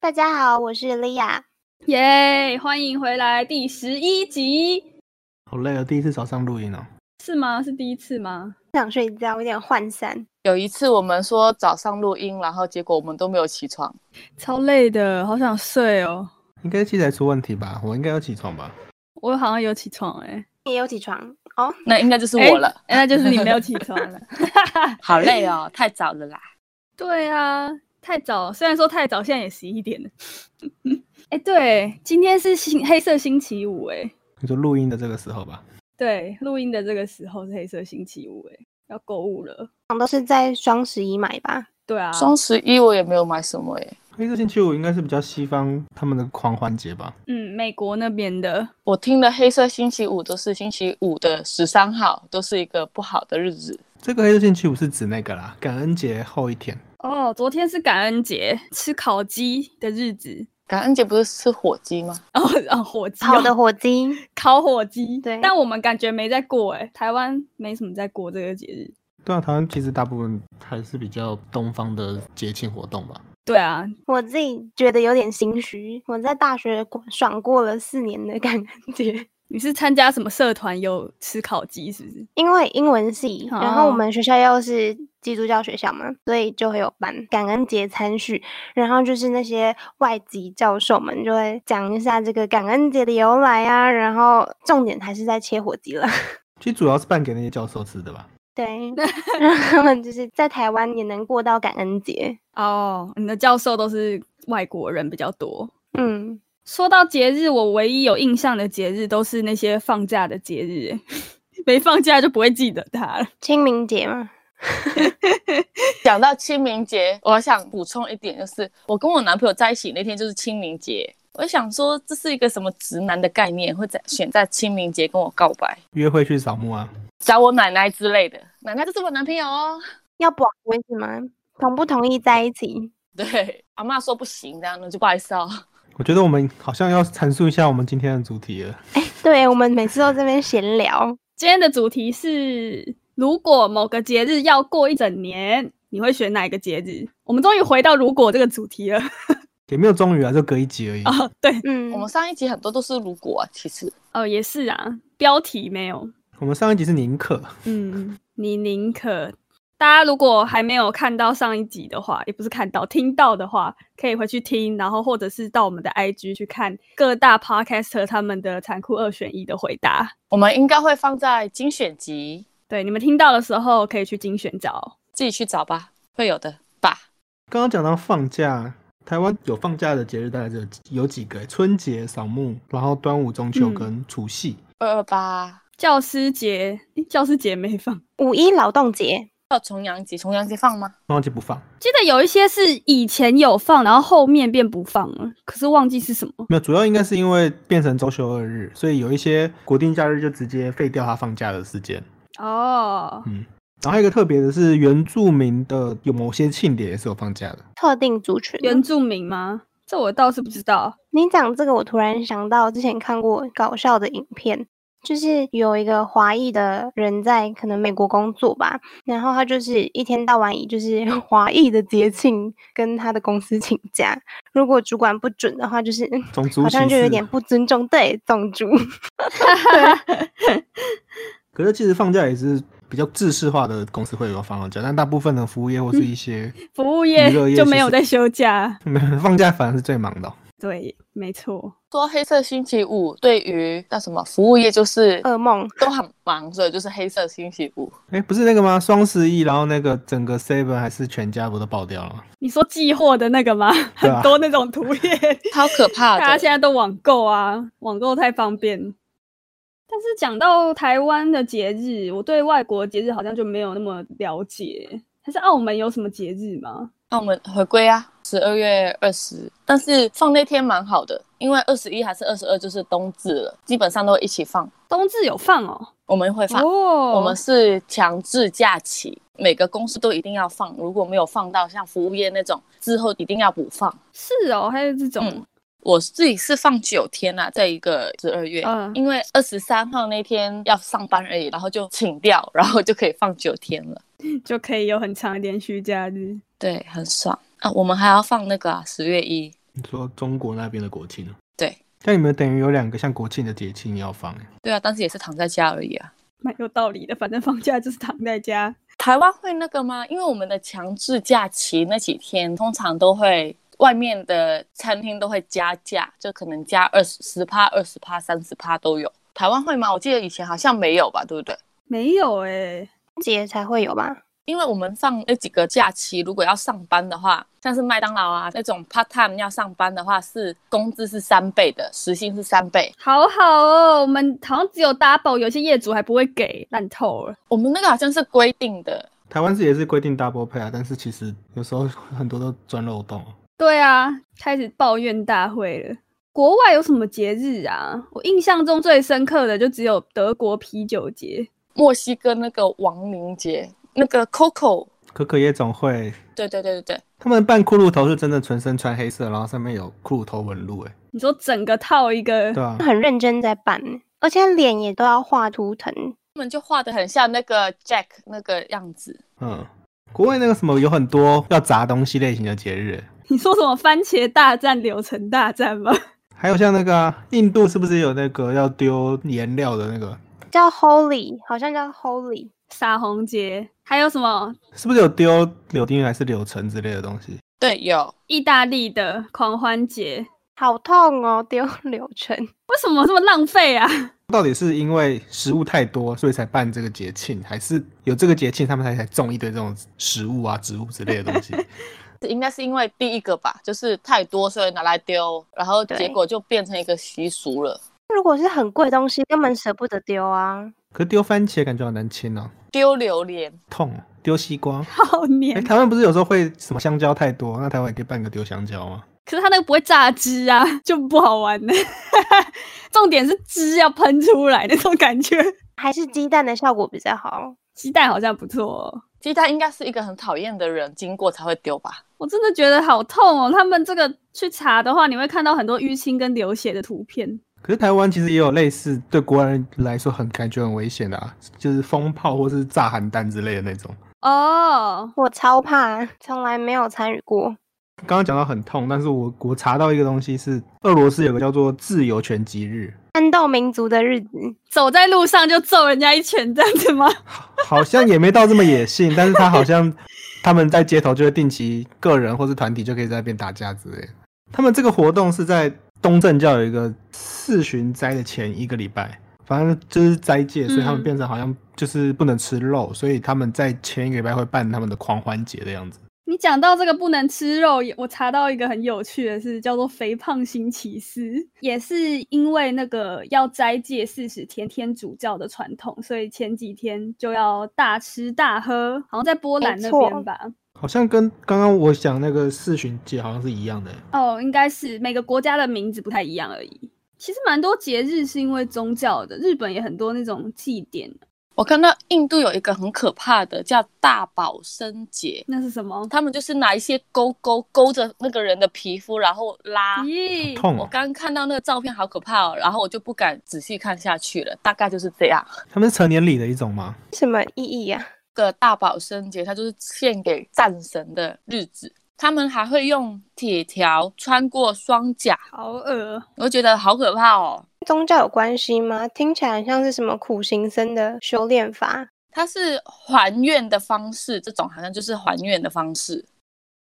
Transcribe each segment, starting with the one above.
大家好，我是莉亚。耶、欢迎回来第十一集，好累哦，第一次早上录音哦。是吗？是第一次吗？想睡觉，有点涣散。有一次我们说早上录音，然后结果我们都没有起床。超累的，好想睡哦。应该器材出问题吧？我应该要起床吧？我好像有起床哎、欸，你也有起床哦？那应该就是我了，哎、那就是你没有起床了。 好累哦， 太早了啦。对啊，太早，虽然说太早，现在也十一 点了。哎、对，今天是星黑色星期五哎、你说录音的这个时候吧。对，录音的这个时候是黑色星期五哎、要购物了。好像都是在双十一买吧？对啊，双十一我也没有买什么耶，黑色星期五应该是比较西方他们的狂欢节吧？嗯，美国那边的，我听的黑色星期五都是星期五的十三号，都是一个不好的日子。这个黑色星期五是指那个啦，感恩节后一天。哦，昨天是感恩节，吃烤鸡的日子。感恩节不是吃火鸡吗？哦哦，火鸡、好的哦，火鸡，烤火鸡。对但我们感觉没在过哎、台湾没什么在过这个节日。对啊，台湾其实大部分还是比较东方的节庆活动吧。对啊， 我自己觉得有点心虚。我在大学过爽过了四年的感恩节，你是参加什么社团有吃烤鸡是不是？因为英文系，然后我哦们学校又是基督教学校嘛，所以就会有办感恩节餐叙，然后就是那些外籍教授们就会讲一下这个感恩节的由来啊，然后重点还是在切火鸡了。其实主要是办给那些教授吃的吧。对，让他们就是在台湾也能过到感恩节。哦，你的教授都是外国人比较多。嗯，说到节日，我唯一有印象的节日都是那些放假的节日欸， 没放假就不会记得它了。清明节嘛，讲到清明节，我还想补充一点，就是我跟我男朋友在一起那天就是清明节，我想说这是一个什么直男的概念，会在选在清明节跟我告白，约会去扫墓啊？找我奶奶之类的，奶奶就是我男朋友哦。要保为什么？同不同意在一起？ 对，阿妈说不行，这样那就不好意思哦。我觉得我们好像要阐述一下我们今天的主题了。对我们每次都这边闲聊，今天的主题是：如果某个节日要过一整年，你会选哪一个节日？我们终于回到“如果”这个主题了也没有终于啊，就隔一集而已。啊、对，嗯，我们上一集很多都是如果啊，其实哦，也是啊，标题没有。我们上一集是宁可，嗯，你宁可大家如果还没有看到上一集的话，也不是看到听到的话，可以回去听，然后或者是到我们的 IG 去看各大 podcaster 他们的残酷二选一的回答。我们应该会放在精选集，对，你们听到的时候可以去精选找。自己去找吧，会有的吧。刚刚讲到放假，台湾有放假的节日大概就有有几个欸：春节、扫墓，然后端午、中秋嗯跟除夕。二二八，教师节，诶教师节没放，五一劳动节，还有重阳节，重阳节放吗？忘记不放，记得有一些是以前有放，然后后面便不放了，可是忘记是什么。没有，主要应该是因为变成周休二日，所以有一些国定假日就直接废掉它放假的时间。哦，嗯，然后还有一个特别的是，原住民的有某些庆典也是有放假的。特定族群吗。原住民吗？这我倒是不知道。你讲这个，我突然想到之前看过搞笑的影片，就是有一个华裔的人在可能美国工作吧，然后他就是一天到晚以就是 华裔的节庆跟他的公司请假，如果主管不准的话，就是嗯种族好像歧就有视点不尊重对种族。 可是其实放假也是比较制式化的公司会有放假，但大部分的服务业或是一些、 服务业娱乐业就其没有实在休 假。放假反而是最忙的哦、对，没错。说黑色星期五对于那什么服务业就是噩梦，都很忙，所以就是黑色星期五。哎，不是那个吗？双十一，然后那个整个 Seven 还是全家不都爆掉了吗？你说寄货的那个吗？ 对很啊多那种图 片，超可 怕大家的，现在都网购啊，网购太方便。但是讲到台湾的节日，我对外国节日好像就没有那么了解。还是澳门有什么节日吗？那我们回归啊，十二月二十，但是放那天蛮好的，因为二十一还是二十二就是冬至了，基本上都会一起放。冬至有放哦，我们会放，哦，我们是强制假期，每个公司都一定要放，如果没有放到，像服务业那种之后一定要补放。是哦，还有这种、嗯我自己是放九天啦、在一个十二月，嗯因为二十三号那天要上班而已，然后就请掉，然后就可以放九天了。就可以有很长一点虚假日。对，很爽啊！我们还要放那个啊，十月一，你说中国那边的国庆啊？对，像你们等于有两个像国庆的节庆要放，欸对啊，但是也是躺在家而已啊。蛮有道理的，反正放假就是躺在家。台湾会那个吗？因为我们的强制假期那几天，通常都会外面的餐厅都会加价，就可能加二十十趴、二十趴、三十趴都有。台湾会吗？我记得以前好像没有吧，对不对？没有哎、节才会有吧？因为我们放那几个假期，如果要上班的话，像是麦当劳啊那种 part time 要上班的话，是工资是三倍的，时薪是三倍。好好哦，我们好像只有 double，有些业主还不会给，烂透了。我们那个好像是规定的，台湾是也是规定 double pay 啊，但是其实有时候 很多都钻漏洞啊。对啊，开始抱怨大会了。国外有什么节日啊？我印象中最深刻的就只有德国啤酒节。墨西哥那个亡灵节，那个 Coco，可可夜总会，对对对对对，他们扮骷髅头是真的全身穿黑色，然后上面有骷髅头纹路，哎，你说整个套一个， 对啊，很认真在办，而且脸也都要画图腾。他们就画的很像那个 Jack 那个样子。嗯，国外那个什么有很多要砸东西类型的节日，欸你说什么番茄大战、柳橙大战吗？ 还有像那个啊、印度是不是有那个要丢颜料的那个？叫 Holy，好像叫 Holy，撒红节，还有什么是不是有丢柳丁还是柳橙之类的东西？对，有意大利的狂欢节？好痛哦，丢 流程。为什么这么浪费啊？ 到底是因为食物太多，所以才办这个节庆，还是有这个节庆他们才才种一堆这种食物啊、植物之类的东 西？应该是因为第一个吧，就是太多，所以拿来丢，然后对结果就变成一个习俗了。如果是很贵的东西，根本舍不得丢啊。可丢番茄感觉好难清哦，丢榴莲，痛哦。丢西瓜，好 哎、黏。台湾不是有时候会什么香蕉太多，那台湾也可以办个丢香蕉吗？可是它那个不会榨汁啊， 就不好玩了。 重点是汁要喷出来那种感觉。还是鸡蛋的效果比较好。鸡蛋好像不错、哦，鸡蛋应该是一个很讨厌的人经过才会丢吧？我真的觉得好痛哦。他们这个去查的话，你会看到很多淤青跟流血的图片。可是台湾其实也有类似对国人来说很感觉很危险的啊，就是风炮或是炸邯郸之类的那种。哦，我超怕，从来没有参与过。刚刚讲到很痛，但是我我查到一个东西是俄罗斯有个叫做自由拳击日，战斗民族的日子，走在路上就揍人家一拳这样子吗？好像也没到这么野性，但是他好像 他们在街头就会定期个人或是团体就可以在那边打架之类的。他们这个活动是在东正教有一个四旬斋的前一个礼拜，反正就是斋戒，所以他们嗯变成好像就是不能吃肉，所以他们在前一个礼拜会办他们的狂欢节的样子。你讲到这个不能吃肉，也我查到一个很有趣的事，叫做“肥胖星期四”，也是因为那个要斋戒四十天天主教的传统，所以前几天就要大吃大喝，好像在波没兰那错边吧？好像跟刚刚我讲那个四旬节好像是一样的欸，哦，应该是每个国家的名字不太一样而已。其实蛮多节日是因为宗教的，日本也很多那种祭典，我看到印度有一个很可怕的叫大保生节，那是什么？他们就是拿一些钩钩勾着那个人的皮肤，然后啊拉。咦，痛我哦！刚看到那个照片好可怕哦，然后我就不敢仔细看下去了，大概就是这样。他们是成年礼的一种吗？什么意义啊？这个大保生节，它就是献给战神的日子。他们还会用铁条穿过双甲，好恶，哦我觉得好可怕哦。宗教有关系吗？听起来很像是什么苦行僧的修炼法。它是还愿的方式，这种好像就是还愿的方式。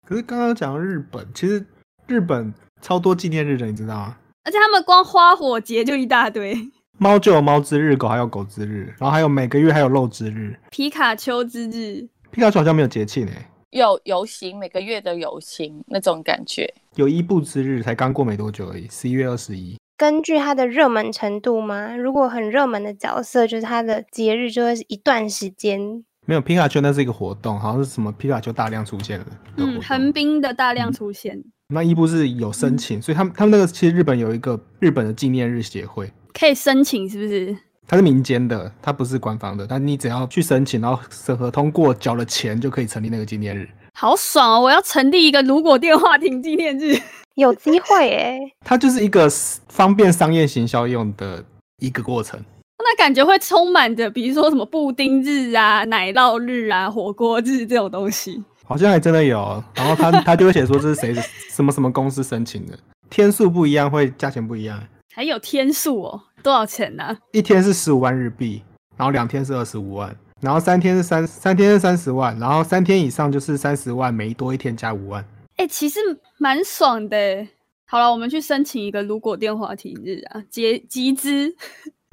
可是刚刚讲到日本，其实日本超多纪念日的，你知道吗？而且他们光花火节就一大堆，猫就有猫之日，狗还有狗之日，然后还有每个月还有肉之日。皮卡丘之日。皮卡丘好像没有节庆欸诶，有游行，每个月的游行那种感觉。有伊布之日才刚过没多久而已，十一月二十一。根据它的热门程度吗？如果很热门的角色，就是它的节日就会是一段时间。没有皮卡丘，那是一个活动，好像是什么皮卡丘大量出现了。嗯，横滨的大嗯量出现，那伊布是有申请，所以他们他们那个其实日本有一个日本的纪念日协会，可以申请是不是？它是民间的，它不是官方的，但你只要去申请，然后审核通过，缴了钱就可以成立那个纪念日。好爽哦！我要成立一个如果电话亭纪念日， 有机会哎、它就是一个方便商业行销用的一个过程。那感觉会充满着，比如说什么布丁日啊、奶酪日啊、火锅日这种东西。好像还真的有。然后他 他就会写说这是谁什么什么公司申请的，天数不一样会价钱不一样，还有天数哦，多少钱呢、一天是十五万日币，然后两天是二十五万，然后三天是三三天是三十万，然后三天以上就是三十万，每多一天加五万。哎、其实蛮爽的欸。好了，我们去申请一个如果电话亭日啊，集集资。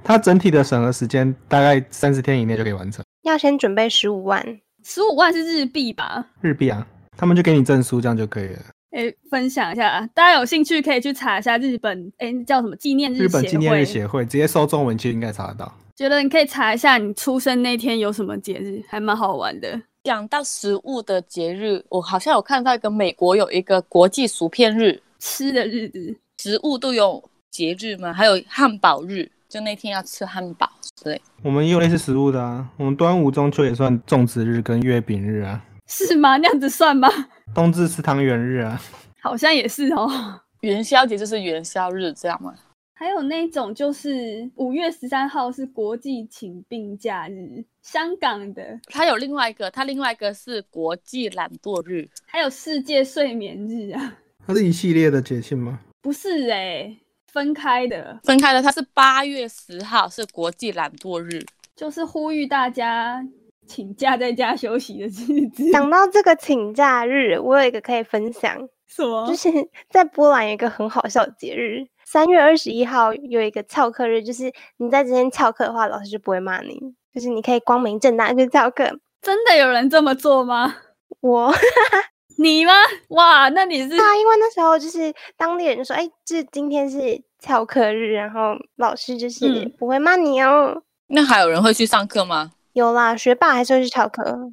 它整体的审核时间大概三十天以内就可以完成，要先准备十五万，十五万是日币吧？日币啊，他们就给你证书，这样就可以了。哎、分享一下啊，大家有兴趣可以去查一下日本，哎、叫什么纪念日日协本纪念会？日协会直接搜中文，其实应该查得到。觉得你可以查一下你出生那天有什么节日，还蛮好玩的。讲到食物的节日，我好像有看到一个美国有一个国际薯片日，吃的日子，食物都有节日吗？还有汉堡日，就那天要吃汉堡之类。我们也有类似食物的啊，我们端午、中秋也算粽子日跟月饼日啊，是吗？那样子算吗？ 冬至吃汤圆日啊。好像也是哦。元宵节就是元宵日，这样吗？还有那种就是五月十三号是国际请病假日，香港的，它有另外一个，它另外一个是国际懒惰日，还有世界睡眠日啊，它是一系列的节庆吗？不是哎、分开的，分开的。它是八月十号是国际懒惰日，就是呼吁大家请假在家休息的日子。讲到这个请假日，我有一个可以分享， 什么就？是在波兰有一个很好笑的节日，三月二十一号有一个翘课日，就是你在今天翘课的话，老师就不会骂你，就是你可以光明正大去翘课。真的有人这么做吗？我 你吗？哇，那你是啊，因为那时候就是当地人就说，哎，这今天是翘课日，然后老师就是嗯不会骂你哦。那还有人会去上课吗？有啦，学霸还是会去翘课。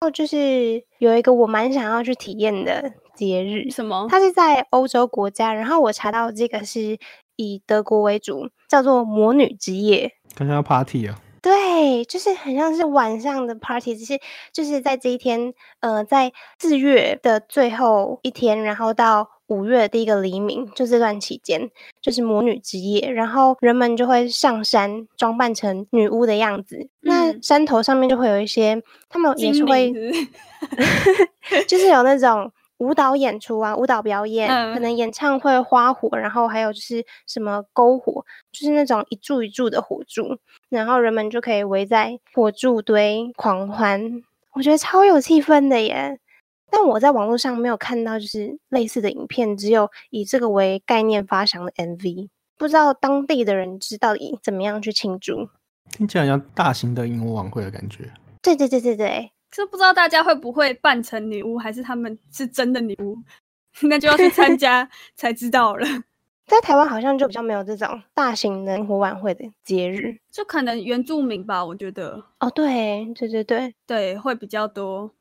哦，就是有一个我蛮想要去体验的节日，什么？它是在欧洲国家，然后我查到这个是以德国为主，叫做魔女之夜。感觉要 party 啊。对，就是很像是晚上的 party，只是就是在这一天，呃，在四月的最后一天，然后到五月的第一个黎明，就这段期间，就是魔女之夜，然后人们就会上山，装扮成女巫的样子。那嗯山头上面就会有一些，他们也是精会灵，是不是就是有那种舞蹈演出啊，舞蹈表演，可嗯能演唱会、花火，然后还有就是什么篝火，就是那种一柱一柱的火柱，然后人们就可以围在火柱堆狂欢，我觉得超有气氛的耶。但我在网络上没有看到就是类似的影片，只有以这个为概念发想的 MV，不知道当地的人知到底怎么样去庆祝。听起来像大型的萤火晚会的感觉。对对对对对，就不知道大家会不会扮成女巫，还是他们是真的女巫， 那就要去参加 才知道了。在台湾好像就比较没有这种大型的火晚会的节日。就可能原住民吧，我觉得哦，对对对对，对会比较多。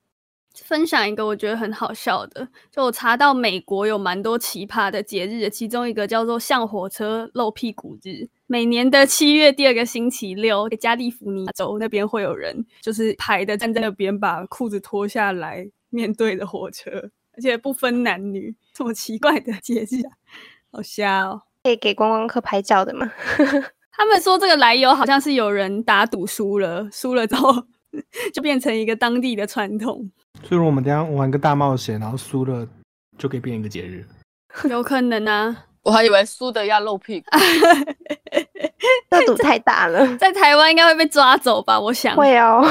分享一个我觉得很好笑的，就我查到美国有蛮多奇葩的节日，其中一个叫做像火车露屁股日，每年的七月第二个星期六，加利福尼亚州那边会有人就是排的站在那边，把裤子脱下来面对着火车，而且不分男女，这么奇怪的节日、啊，好瞎哦。可以给观光客拍照的嘛？ 他们说这个来由好像是有人打赌输了，输了之后 就变成一个当地的传统，所以如果我们等一下玩个大冒险，然后输了就可以变一个节日。 有可能啊。我还以为输的要 露屁股。这赌太大 了，在台湾应该会被抓走吧？我想。会哦。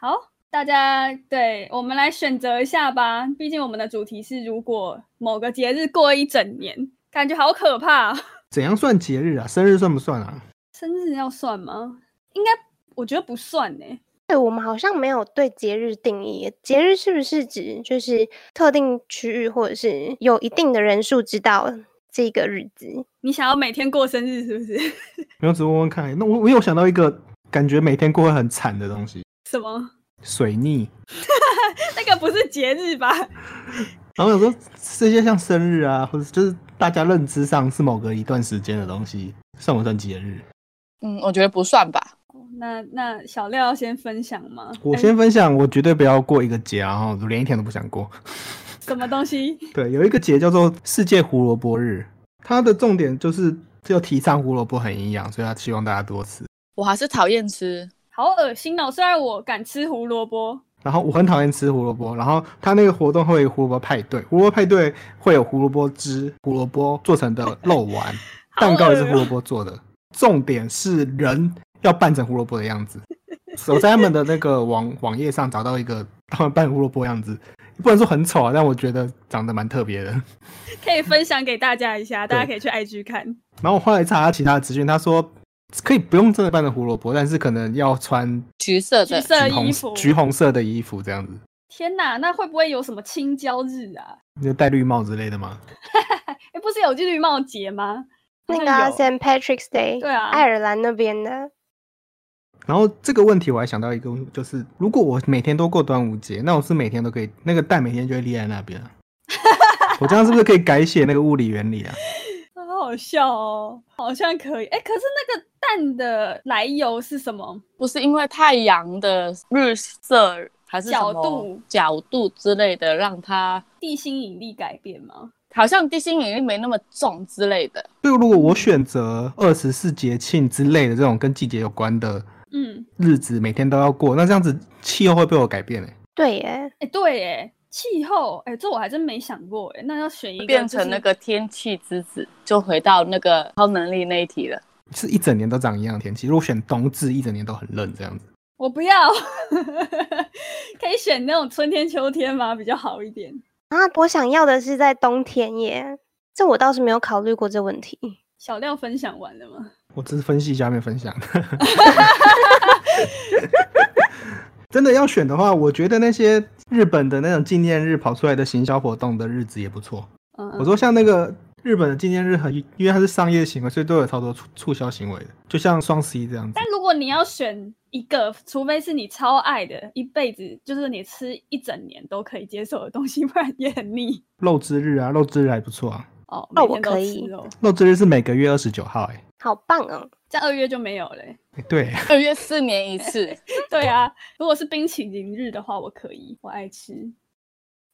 好，大家对我们来选择一下吧。毕竟我们的主题是如果某个节日过一整年，感觉好可怕、啊。 怎样算节日啊？生日算不算啊？生日要算吗？应该我觉得不算呢、欸对我们好像没有对节日定义，节日是不是指就是特定区域或者是有一定的人数知道这个日子？你想要每天过生日是不是？ 没有，只是问问看而已。那我我有想到一个感觉每天过会很惨的东西，什么？水逆。那个不是节日吧？然后有时候这些像生日啊，或者就是大家认知上是某个一段时间的东西，算不算节日？嗯，我觉得不算吧。哦那那小廖要先分享吗？我哎先分享，我绝对不要过一个节啊，然后我连一天都不想过。什么东西？对，有一个节叫做世界胡萝卜日，它的重点就是就提倡胡萝卜很营养，所以他希望大家多吃。我还是讨厌吃，好恶心哦！虽然我敢吃胡萝卜，然后我很讨厌吃胡萝卜，然后他那个活动会有胡萝卜派对，胡萝卜派对会有胡萝卜汁、胡萝卜做成的肉丸，蛋糕也是胡萝卜做的。重点是人要扮成胡萝卜的样子。我在他们的那个网网页上找到一个他们扮胡萝卜的样子，不能说很丑啊，但我觉得长得蛮特别的。可以分享给大家一下，大家对可以去 IG 看。然后我后来查其他的资讯，他说可以不用真的扮成胡萝卜，但是可能要穿橘色橘的，色橘红衣服，橘红色的衣服这样子，天哪，那会不会有什么青椒日啊？就戴绿帽之类的吗？哎，不是有句绿帽节吗？好那像个啊有 St. Patrick's Day，对啊爱尔兰那边的，然后这个问题我还想到一个，就是如果我每天都过端午节，那我是每天都可以那个蛋每天就会立在 那边、啊，我这样是不是可以改写那个物理原理啊？好好笑哦，好像可以。哎，可是那个蛋的来由是什么？不是因为太阳的日射还是什么角度角度之类的，让它地心引力改变吗？好像地心引力没那么重之类的。所以如果我选择二十四节庆之类的这种跟季节有关的嗯，日子，每天都要过，那这样子气候会被我改变嘞、欸对耶，哎，对，哎，气候，哎，这我还真没想过，哎，那要选一个变就成是那个天气之子，就回到那个超能力那一题了。是一整年都长一样的天气。如果选冬至，一整年都很冷这样子。我不要， 可以选那种春天、秋天吗？比较好一点。啊，我想要的是在冬天耶，这我倒是没有考虑过这问题。小料分享完了吗？我只是分析一下，没有分享。 真的要选的话，我觉得那些日本的那种纪念日跑出来的行销活动的日子也不错。嗯，我说像那个日本的纪念日很，因为它是商业行为，所以都有超多促促销行为的，就像双十一这样子但。如果你要选一个，除非是你超爱的，一辈子就是你吃一整年都可以接受的东西， 不然也很腻肉之日啊，肉之日还不错啊。哦。那每我天都可吃以哦，肉之日是每个月二十九号、欸，好棒哦！在二月就没有嘞。哎，对，二月四年一次，对啊，如果是冰淇淋日的话，我可以，我爱吃。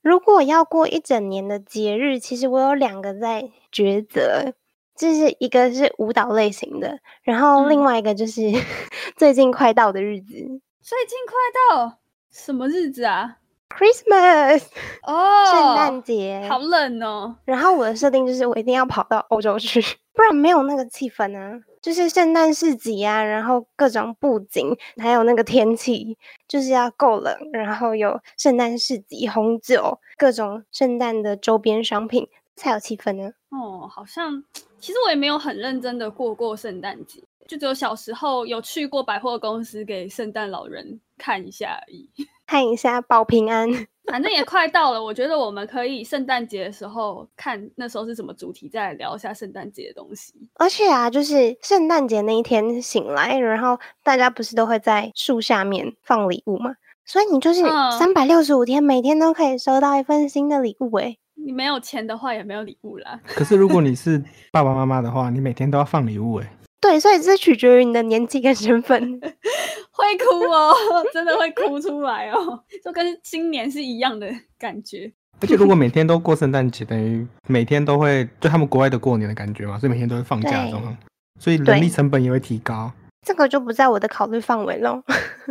如果要过一整年的节日，其实我有两个在抉择，就是一个是舞蹈类型的，然后另嗯外一个就是 最近快到的日子最近快到什么日子啊？ ，Christmas 哦，圣诞节。好冷哦。然后我的设定就是我一定要跑到欧洲去，不然没有那个气氛啊。就是圣诞市集啊，然后各种布景，还有那个天气，就是要够冷，然后有圣诞市集、红酒、各种圣诞的周边商品，才有气氛呢、哦，好像其实我也没有很认真的过过圣诞节，就只有小时候有去过百货公司给圣诞老人看一下而已。看一下保平安。 反正也快到了，我觉得我们可以圣诞节的时候看那时候是什么主题，再来聊一下圣诞节的东西。而且啊，就是圣诞节那一天醒来，然后大家不是都会在树下面放礼物嘛？所以你就是嗯三百六十五天，每天都可以收到一份新的礼物欸诶、你没有钱的话也没有礼物啦，可是如果你是爸爸妈妈的话，你每天都要放礼物、欸，对，所以这取决于你的年纪跟身份。 会哭哦， 真的会哭出来哦，就跟新年是一样的感觉。而且如果每天都过圣诞节，等于每天都会就他们国外的过年的感觉嘛，所以每天都会放假的状况，所以人力对成本也会提高。这个就不在我的考虑范围喽。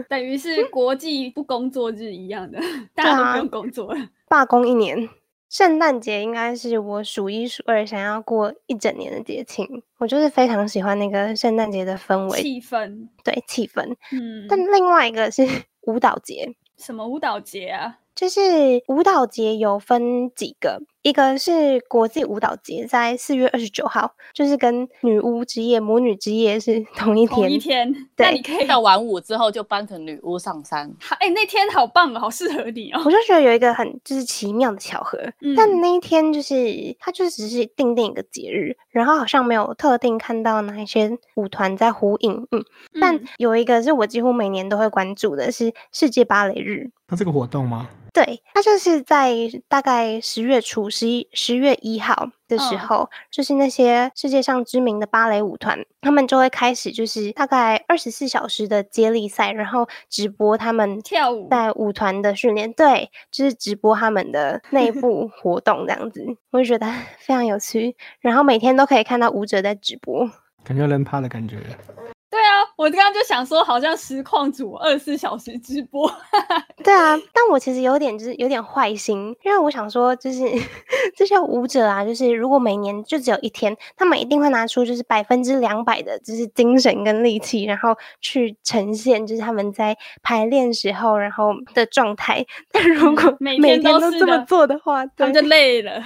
等于是国际不工作日一样的，大家都不用工作了。 罢工一年，圣诞节应该是我数一数二想要过一整年的节庆。我就是非常喜欢那个圣诞节的氛围，气氛，对气氛。嗯，但另外一个是 舞蹈节，什么舞蹈节啊？就是舞蹈节有分几个，一个是国际舞蹈节，在四月二十九号，就是跟女巫之夜、魔女之夜是 同一同天。一天，对那你可以跳完舞之后就搬成女巫上山，好，哎、那天好棒哦，好适合你哦。我就觉得有一个很就是奇妙的巧合，但嗯那一天就是它就只是定定一个节日，然后好像没有特定看到哪一些舞团在呼应，嗯，但嗯有一个是我几乎每年都会关注的是世界芭蕾日，那这个活动吗？对，它就是在大概十月初十一十月一号的时嗯候，就是那些世界上知名的芭蕾舞团，他们就会开始就是大概二十四小时的接力赛，然后直播他们跳舞在舞团的训练，对，就是直播他们的内部活动这样子，我就觉得非常有趣。然后每天都可以看到舞者在直播，感觉人趴的感觉。对啊，我刚刚就想说，好像实况组二十四小时直播，对啊，但我其实有点就是有点坏心，因为我想说，就是 这些舞者啊，就是如果每年就只有一天，他们一定会拿出就是百分之两百的，就是精神跟力气，然后去呈现就是他们在排练时候然后的状态。但 如嗯果每每天都都是这么的做的话，他对们，就累 了。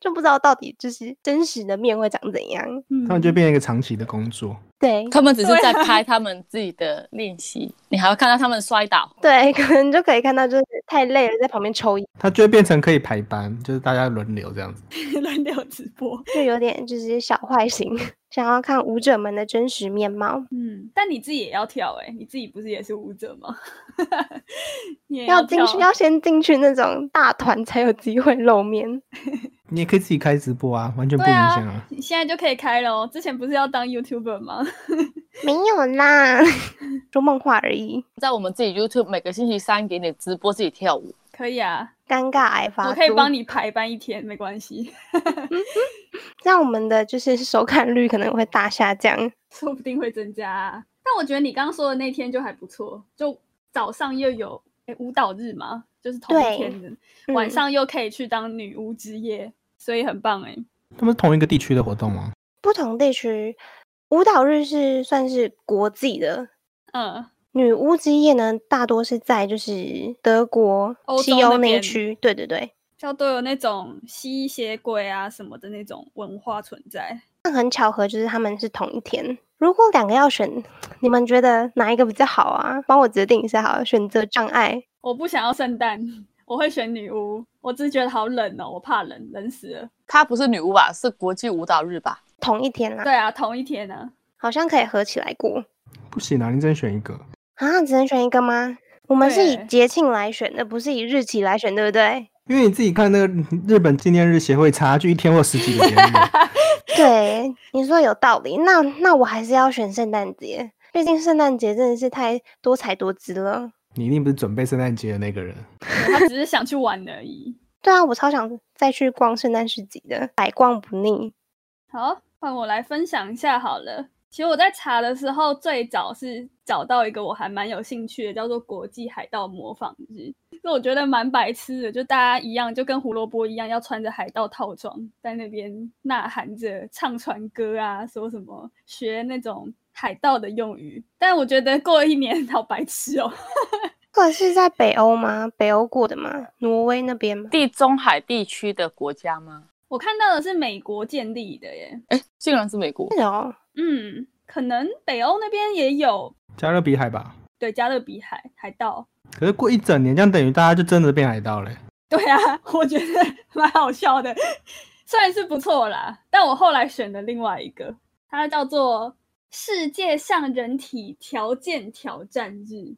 就不知道到底就是真实的面会长怎样。他们就 变成一个长期的工作。对他们只是对在啊拍他们自己的练习，你还会看到他们摔倒。对，可能就可以看到就是太累了，在旁边抽烟，它就会变成可以排班，就是大家轮流这样子。嗯轮流直播。就有点就是小坏心， 想要看舞者们的真实面貌。嗯，但你自己也要跳哎、你自己不是也是舞者吗？ 你也要要进去，跳要先进去那种大团才有机会露面。你也可以自己开直播啊，完全不对影啊响啊。你现在就可以开了哦。之前不是要当 YouTuber 吗？ 没有啦， 说梦话而已，在我们自己 YouTube 每个星期三给你直播自己跳舞，可以啊，尴尬癌发我可以帮你，你排班一天，没关系，这样我们的就是 收看率可能会大下降。说不定会增加啊、但我觉得你刚说的那天就还不错，就早上又有诶舞蹈日嘛，就是同对一天的，晚嗯上又可以去当女巫之夜，所以很棒哎、他们是同一个地区的活动吗？不同地区舞蹈日是算是国际的，嗯，女巫之夜呢大多是在就是德国欧西洲欧那那一边区。对对对，就都有那种吸血鬼啊什么的那种文化存在。但很巧合就是他们是同一天。如果两个要选，你们觉得哪一个比较好啊？帮我决定一下好了，选择障碍。我不想要圣诞，我会选女巫。我只是觉得好冷哦，我怕冷，冷死了。她不是女巫吧？是国际舞蹈日吧？同一天啦，对啊，同一天啊，好像可以合起来过不行啊，你只能选一个。啊，只能选一个吗？我们是以对节庆来选的，不是以日期来选，对不对？ 因为你自己看那个日本纪念日协会差距一天或十几个 节日，对，你说有道理。那那我还是要选圣诞节，毕竟圣诞节真的是太多彩多姿了。你一定不是准备圣诞节的那个人。对他只是想去玩而已。对啊，我超想再去逛圣诞市集的，百逛不腻。好，换我来分享一下好了。其实我在查的时候，最早是找到一个我还蛮有兴趣的，叫做国际海盗模仿日。那我觉得蛮白痴的，就大家一样，就跟胡萝卜一样，要穿着海盗套装，在那边呐喊着唱船歌啊，说什么学那种海盗的用语。但我觉得过了一年， 好白痴哦。这个是在北欧吗？北欧过的吗？挪威那边吗？地中海地区的国家吗？我看到的是美国建立的耶，竟然是美国，是哦，嗯，可能北欧那边也有，加勒比海吧，对，加勒比海海盗。可是过一整年，这样等于大家就真的变海盗嘞、对啊， 我觉得蛮好笑的，虽然是不错啦，但我后来选的另外一个，它叫做世界上人体条件挑战日，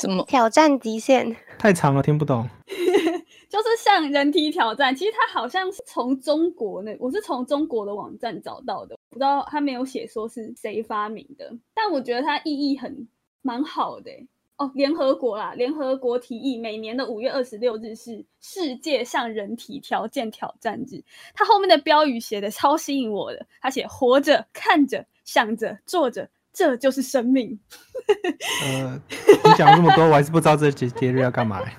什么挑战极限。太长了，听不懂。就是像人体挑战，其实它好像是从中国那，我是从中国的网站找到的，不知道它没有写说是谁发明的，但我觉得它意义很蛮好的欸、哦，联合国啦，联合国提议每年的五月二十六日是世界上人体条件挑战日。它后面的标语写的超吸引我的，它写活着、看着、想着、做着，这就是生命。呃， 你讲了这么多，我还是不知道这节节日要干嘛、欸。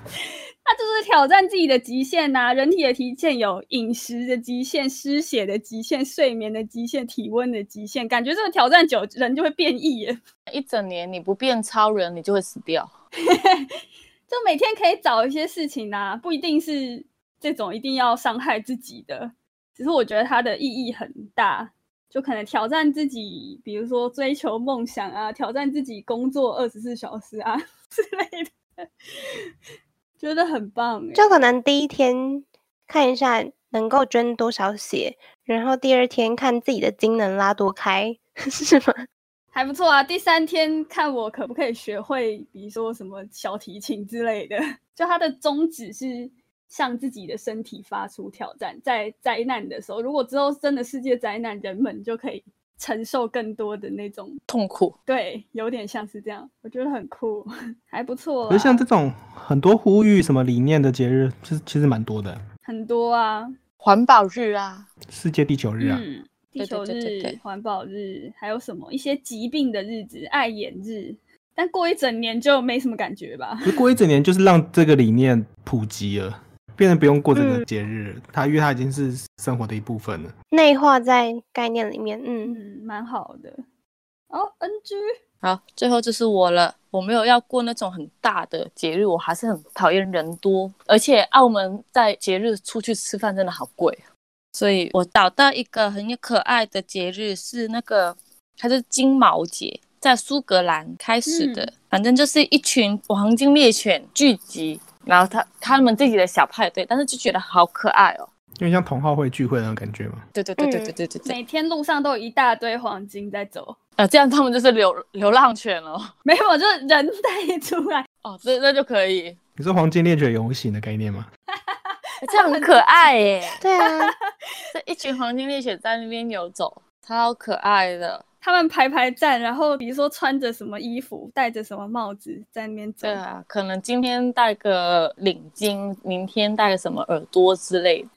它就是挑战自己的极限呐、人体的极限有饮食的极限、失血的极限、睡眠的极限、体温的极限，感觉这个挑战久，人就会变异耶。一整年你不变超人，你就会死掉。就每天可以找一些事情啊，不一定是这种一定要伤害自己的，只是我觉得它的意义很大，就可能挑战自己，比如说追求梦想啊，挑战自己工作二十四小时啊 之类的，觉得很棒欸、就可能第一天看一下能够捐多少血，然后第二天看自己的筋能拉多开， 是吗？还不错啊。第三天看我可不可以学会，比如说什么小提琴之类的。 就它的宗旨是向自己的身体发出挑战，在灾难的时候，如果之后真的世界灾难，人们就可以承受更多的那种。痛苦。对，有点像是这样，我觉得很酷，还不错啊可是啦。像这种很多呼吁什么理念的节日，其实其实蛮多的，很多啊，环保日啊，世界地球日啊，嗯，地对对球对对日对、环保日，还有什么一些疾病的日子、爱眼日，但过一整年就没什么感觉吧。就过一整年就是让这个理念普及了，变得不用过这个节日了，它因为它已经是生活的一部分了。内化在概念里面，嗯，嗯，蛮好的。哦，NG，好，最后就是我了。我没有要过那种很大的节日，我还是很讨厌人多，而且澳门在节日出去吃饭真的好贵，啊所以我找到一个很有可爱的节日是那个，它是金毛节，在苏格兰开始的，嗯反正就是一群黄金猎犬聚集，然后他他们自己的小派对，但是就觉得好可爱哦。因为像同好会聚会那种感觉嘛，对对对对嗯对对对对，每天路上都有一大堆黄金在走， 呃，这样他们就是流流浪犬了。没有，就是人带出来，哦，这这就可以，你说黄金猎犬游行的概念吗？这样很可爱耶。对啊， 这一群黄金猎犬在那边游走，超可爱的。他们排排站，然后比如说穿着什么衣服，戴着什么帽子在那边走对。啊，可能今天戴个领巾，明天戴个什么耳朵之类的，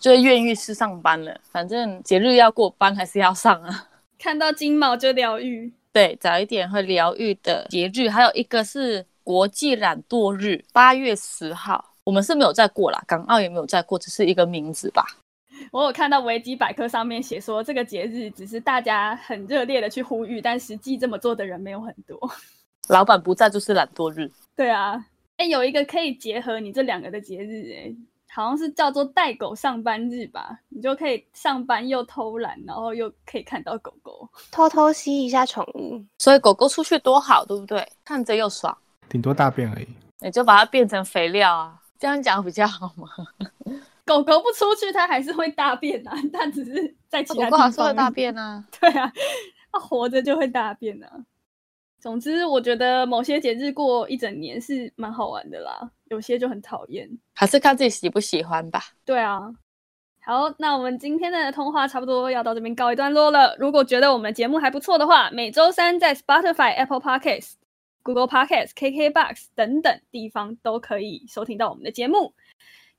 就会愿意去上班了。反正节日要过班还是要上啊。看到金毛就疗愈，对，早一点会疗愈的节日，还有一个是国际懒惰日，八月十号。我们是没有在过啦，港澳也没有在过，只是一个名字吧。我有看到维基百科上面写说，这个节日只是大家很热烈的去呼吁，但实际这么做的人没有很多。老板不在就是懒惰日，对啊，哎、有一个可以结合你这两个的节日、哎，好像是叫做带狗上班日吧，你就可以上班又偷懒，然后又可以看到狗狗。偷偷吸一下宠物，所以狗狗出去多好，对不对？看着又爽。顶多大便而已。你就把它变成肥料啊，这样讲比较好吗？狗狗不出去，它还是会大便啊，它只是在哦其他地方。便啊。 对啊，它活着就会大便啊。总之，我觉得某些节日过一整年是蛮好玩的啦，有些就很讨厌。还是看自己喜不喜欢吧。对啊。好，那我们今天的通话差不多要到这边告一段落了。如果觉得我们的节目还不错的话，每周三在 Spotify、Apple Podcasts、Google Podcasts、KKBox 等等地方都可以收听到我们的节目，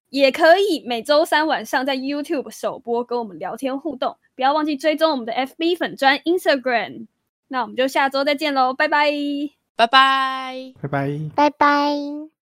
也可以每周三晚上在 YouTube 首播跟我们聊天互动。不要忘记追踪我们的 FB 粉专 Instagram。那我们就下周再见喽，拜拜。拜拜。拜拜。拜拜。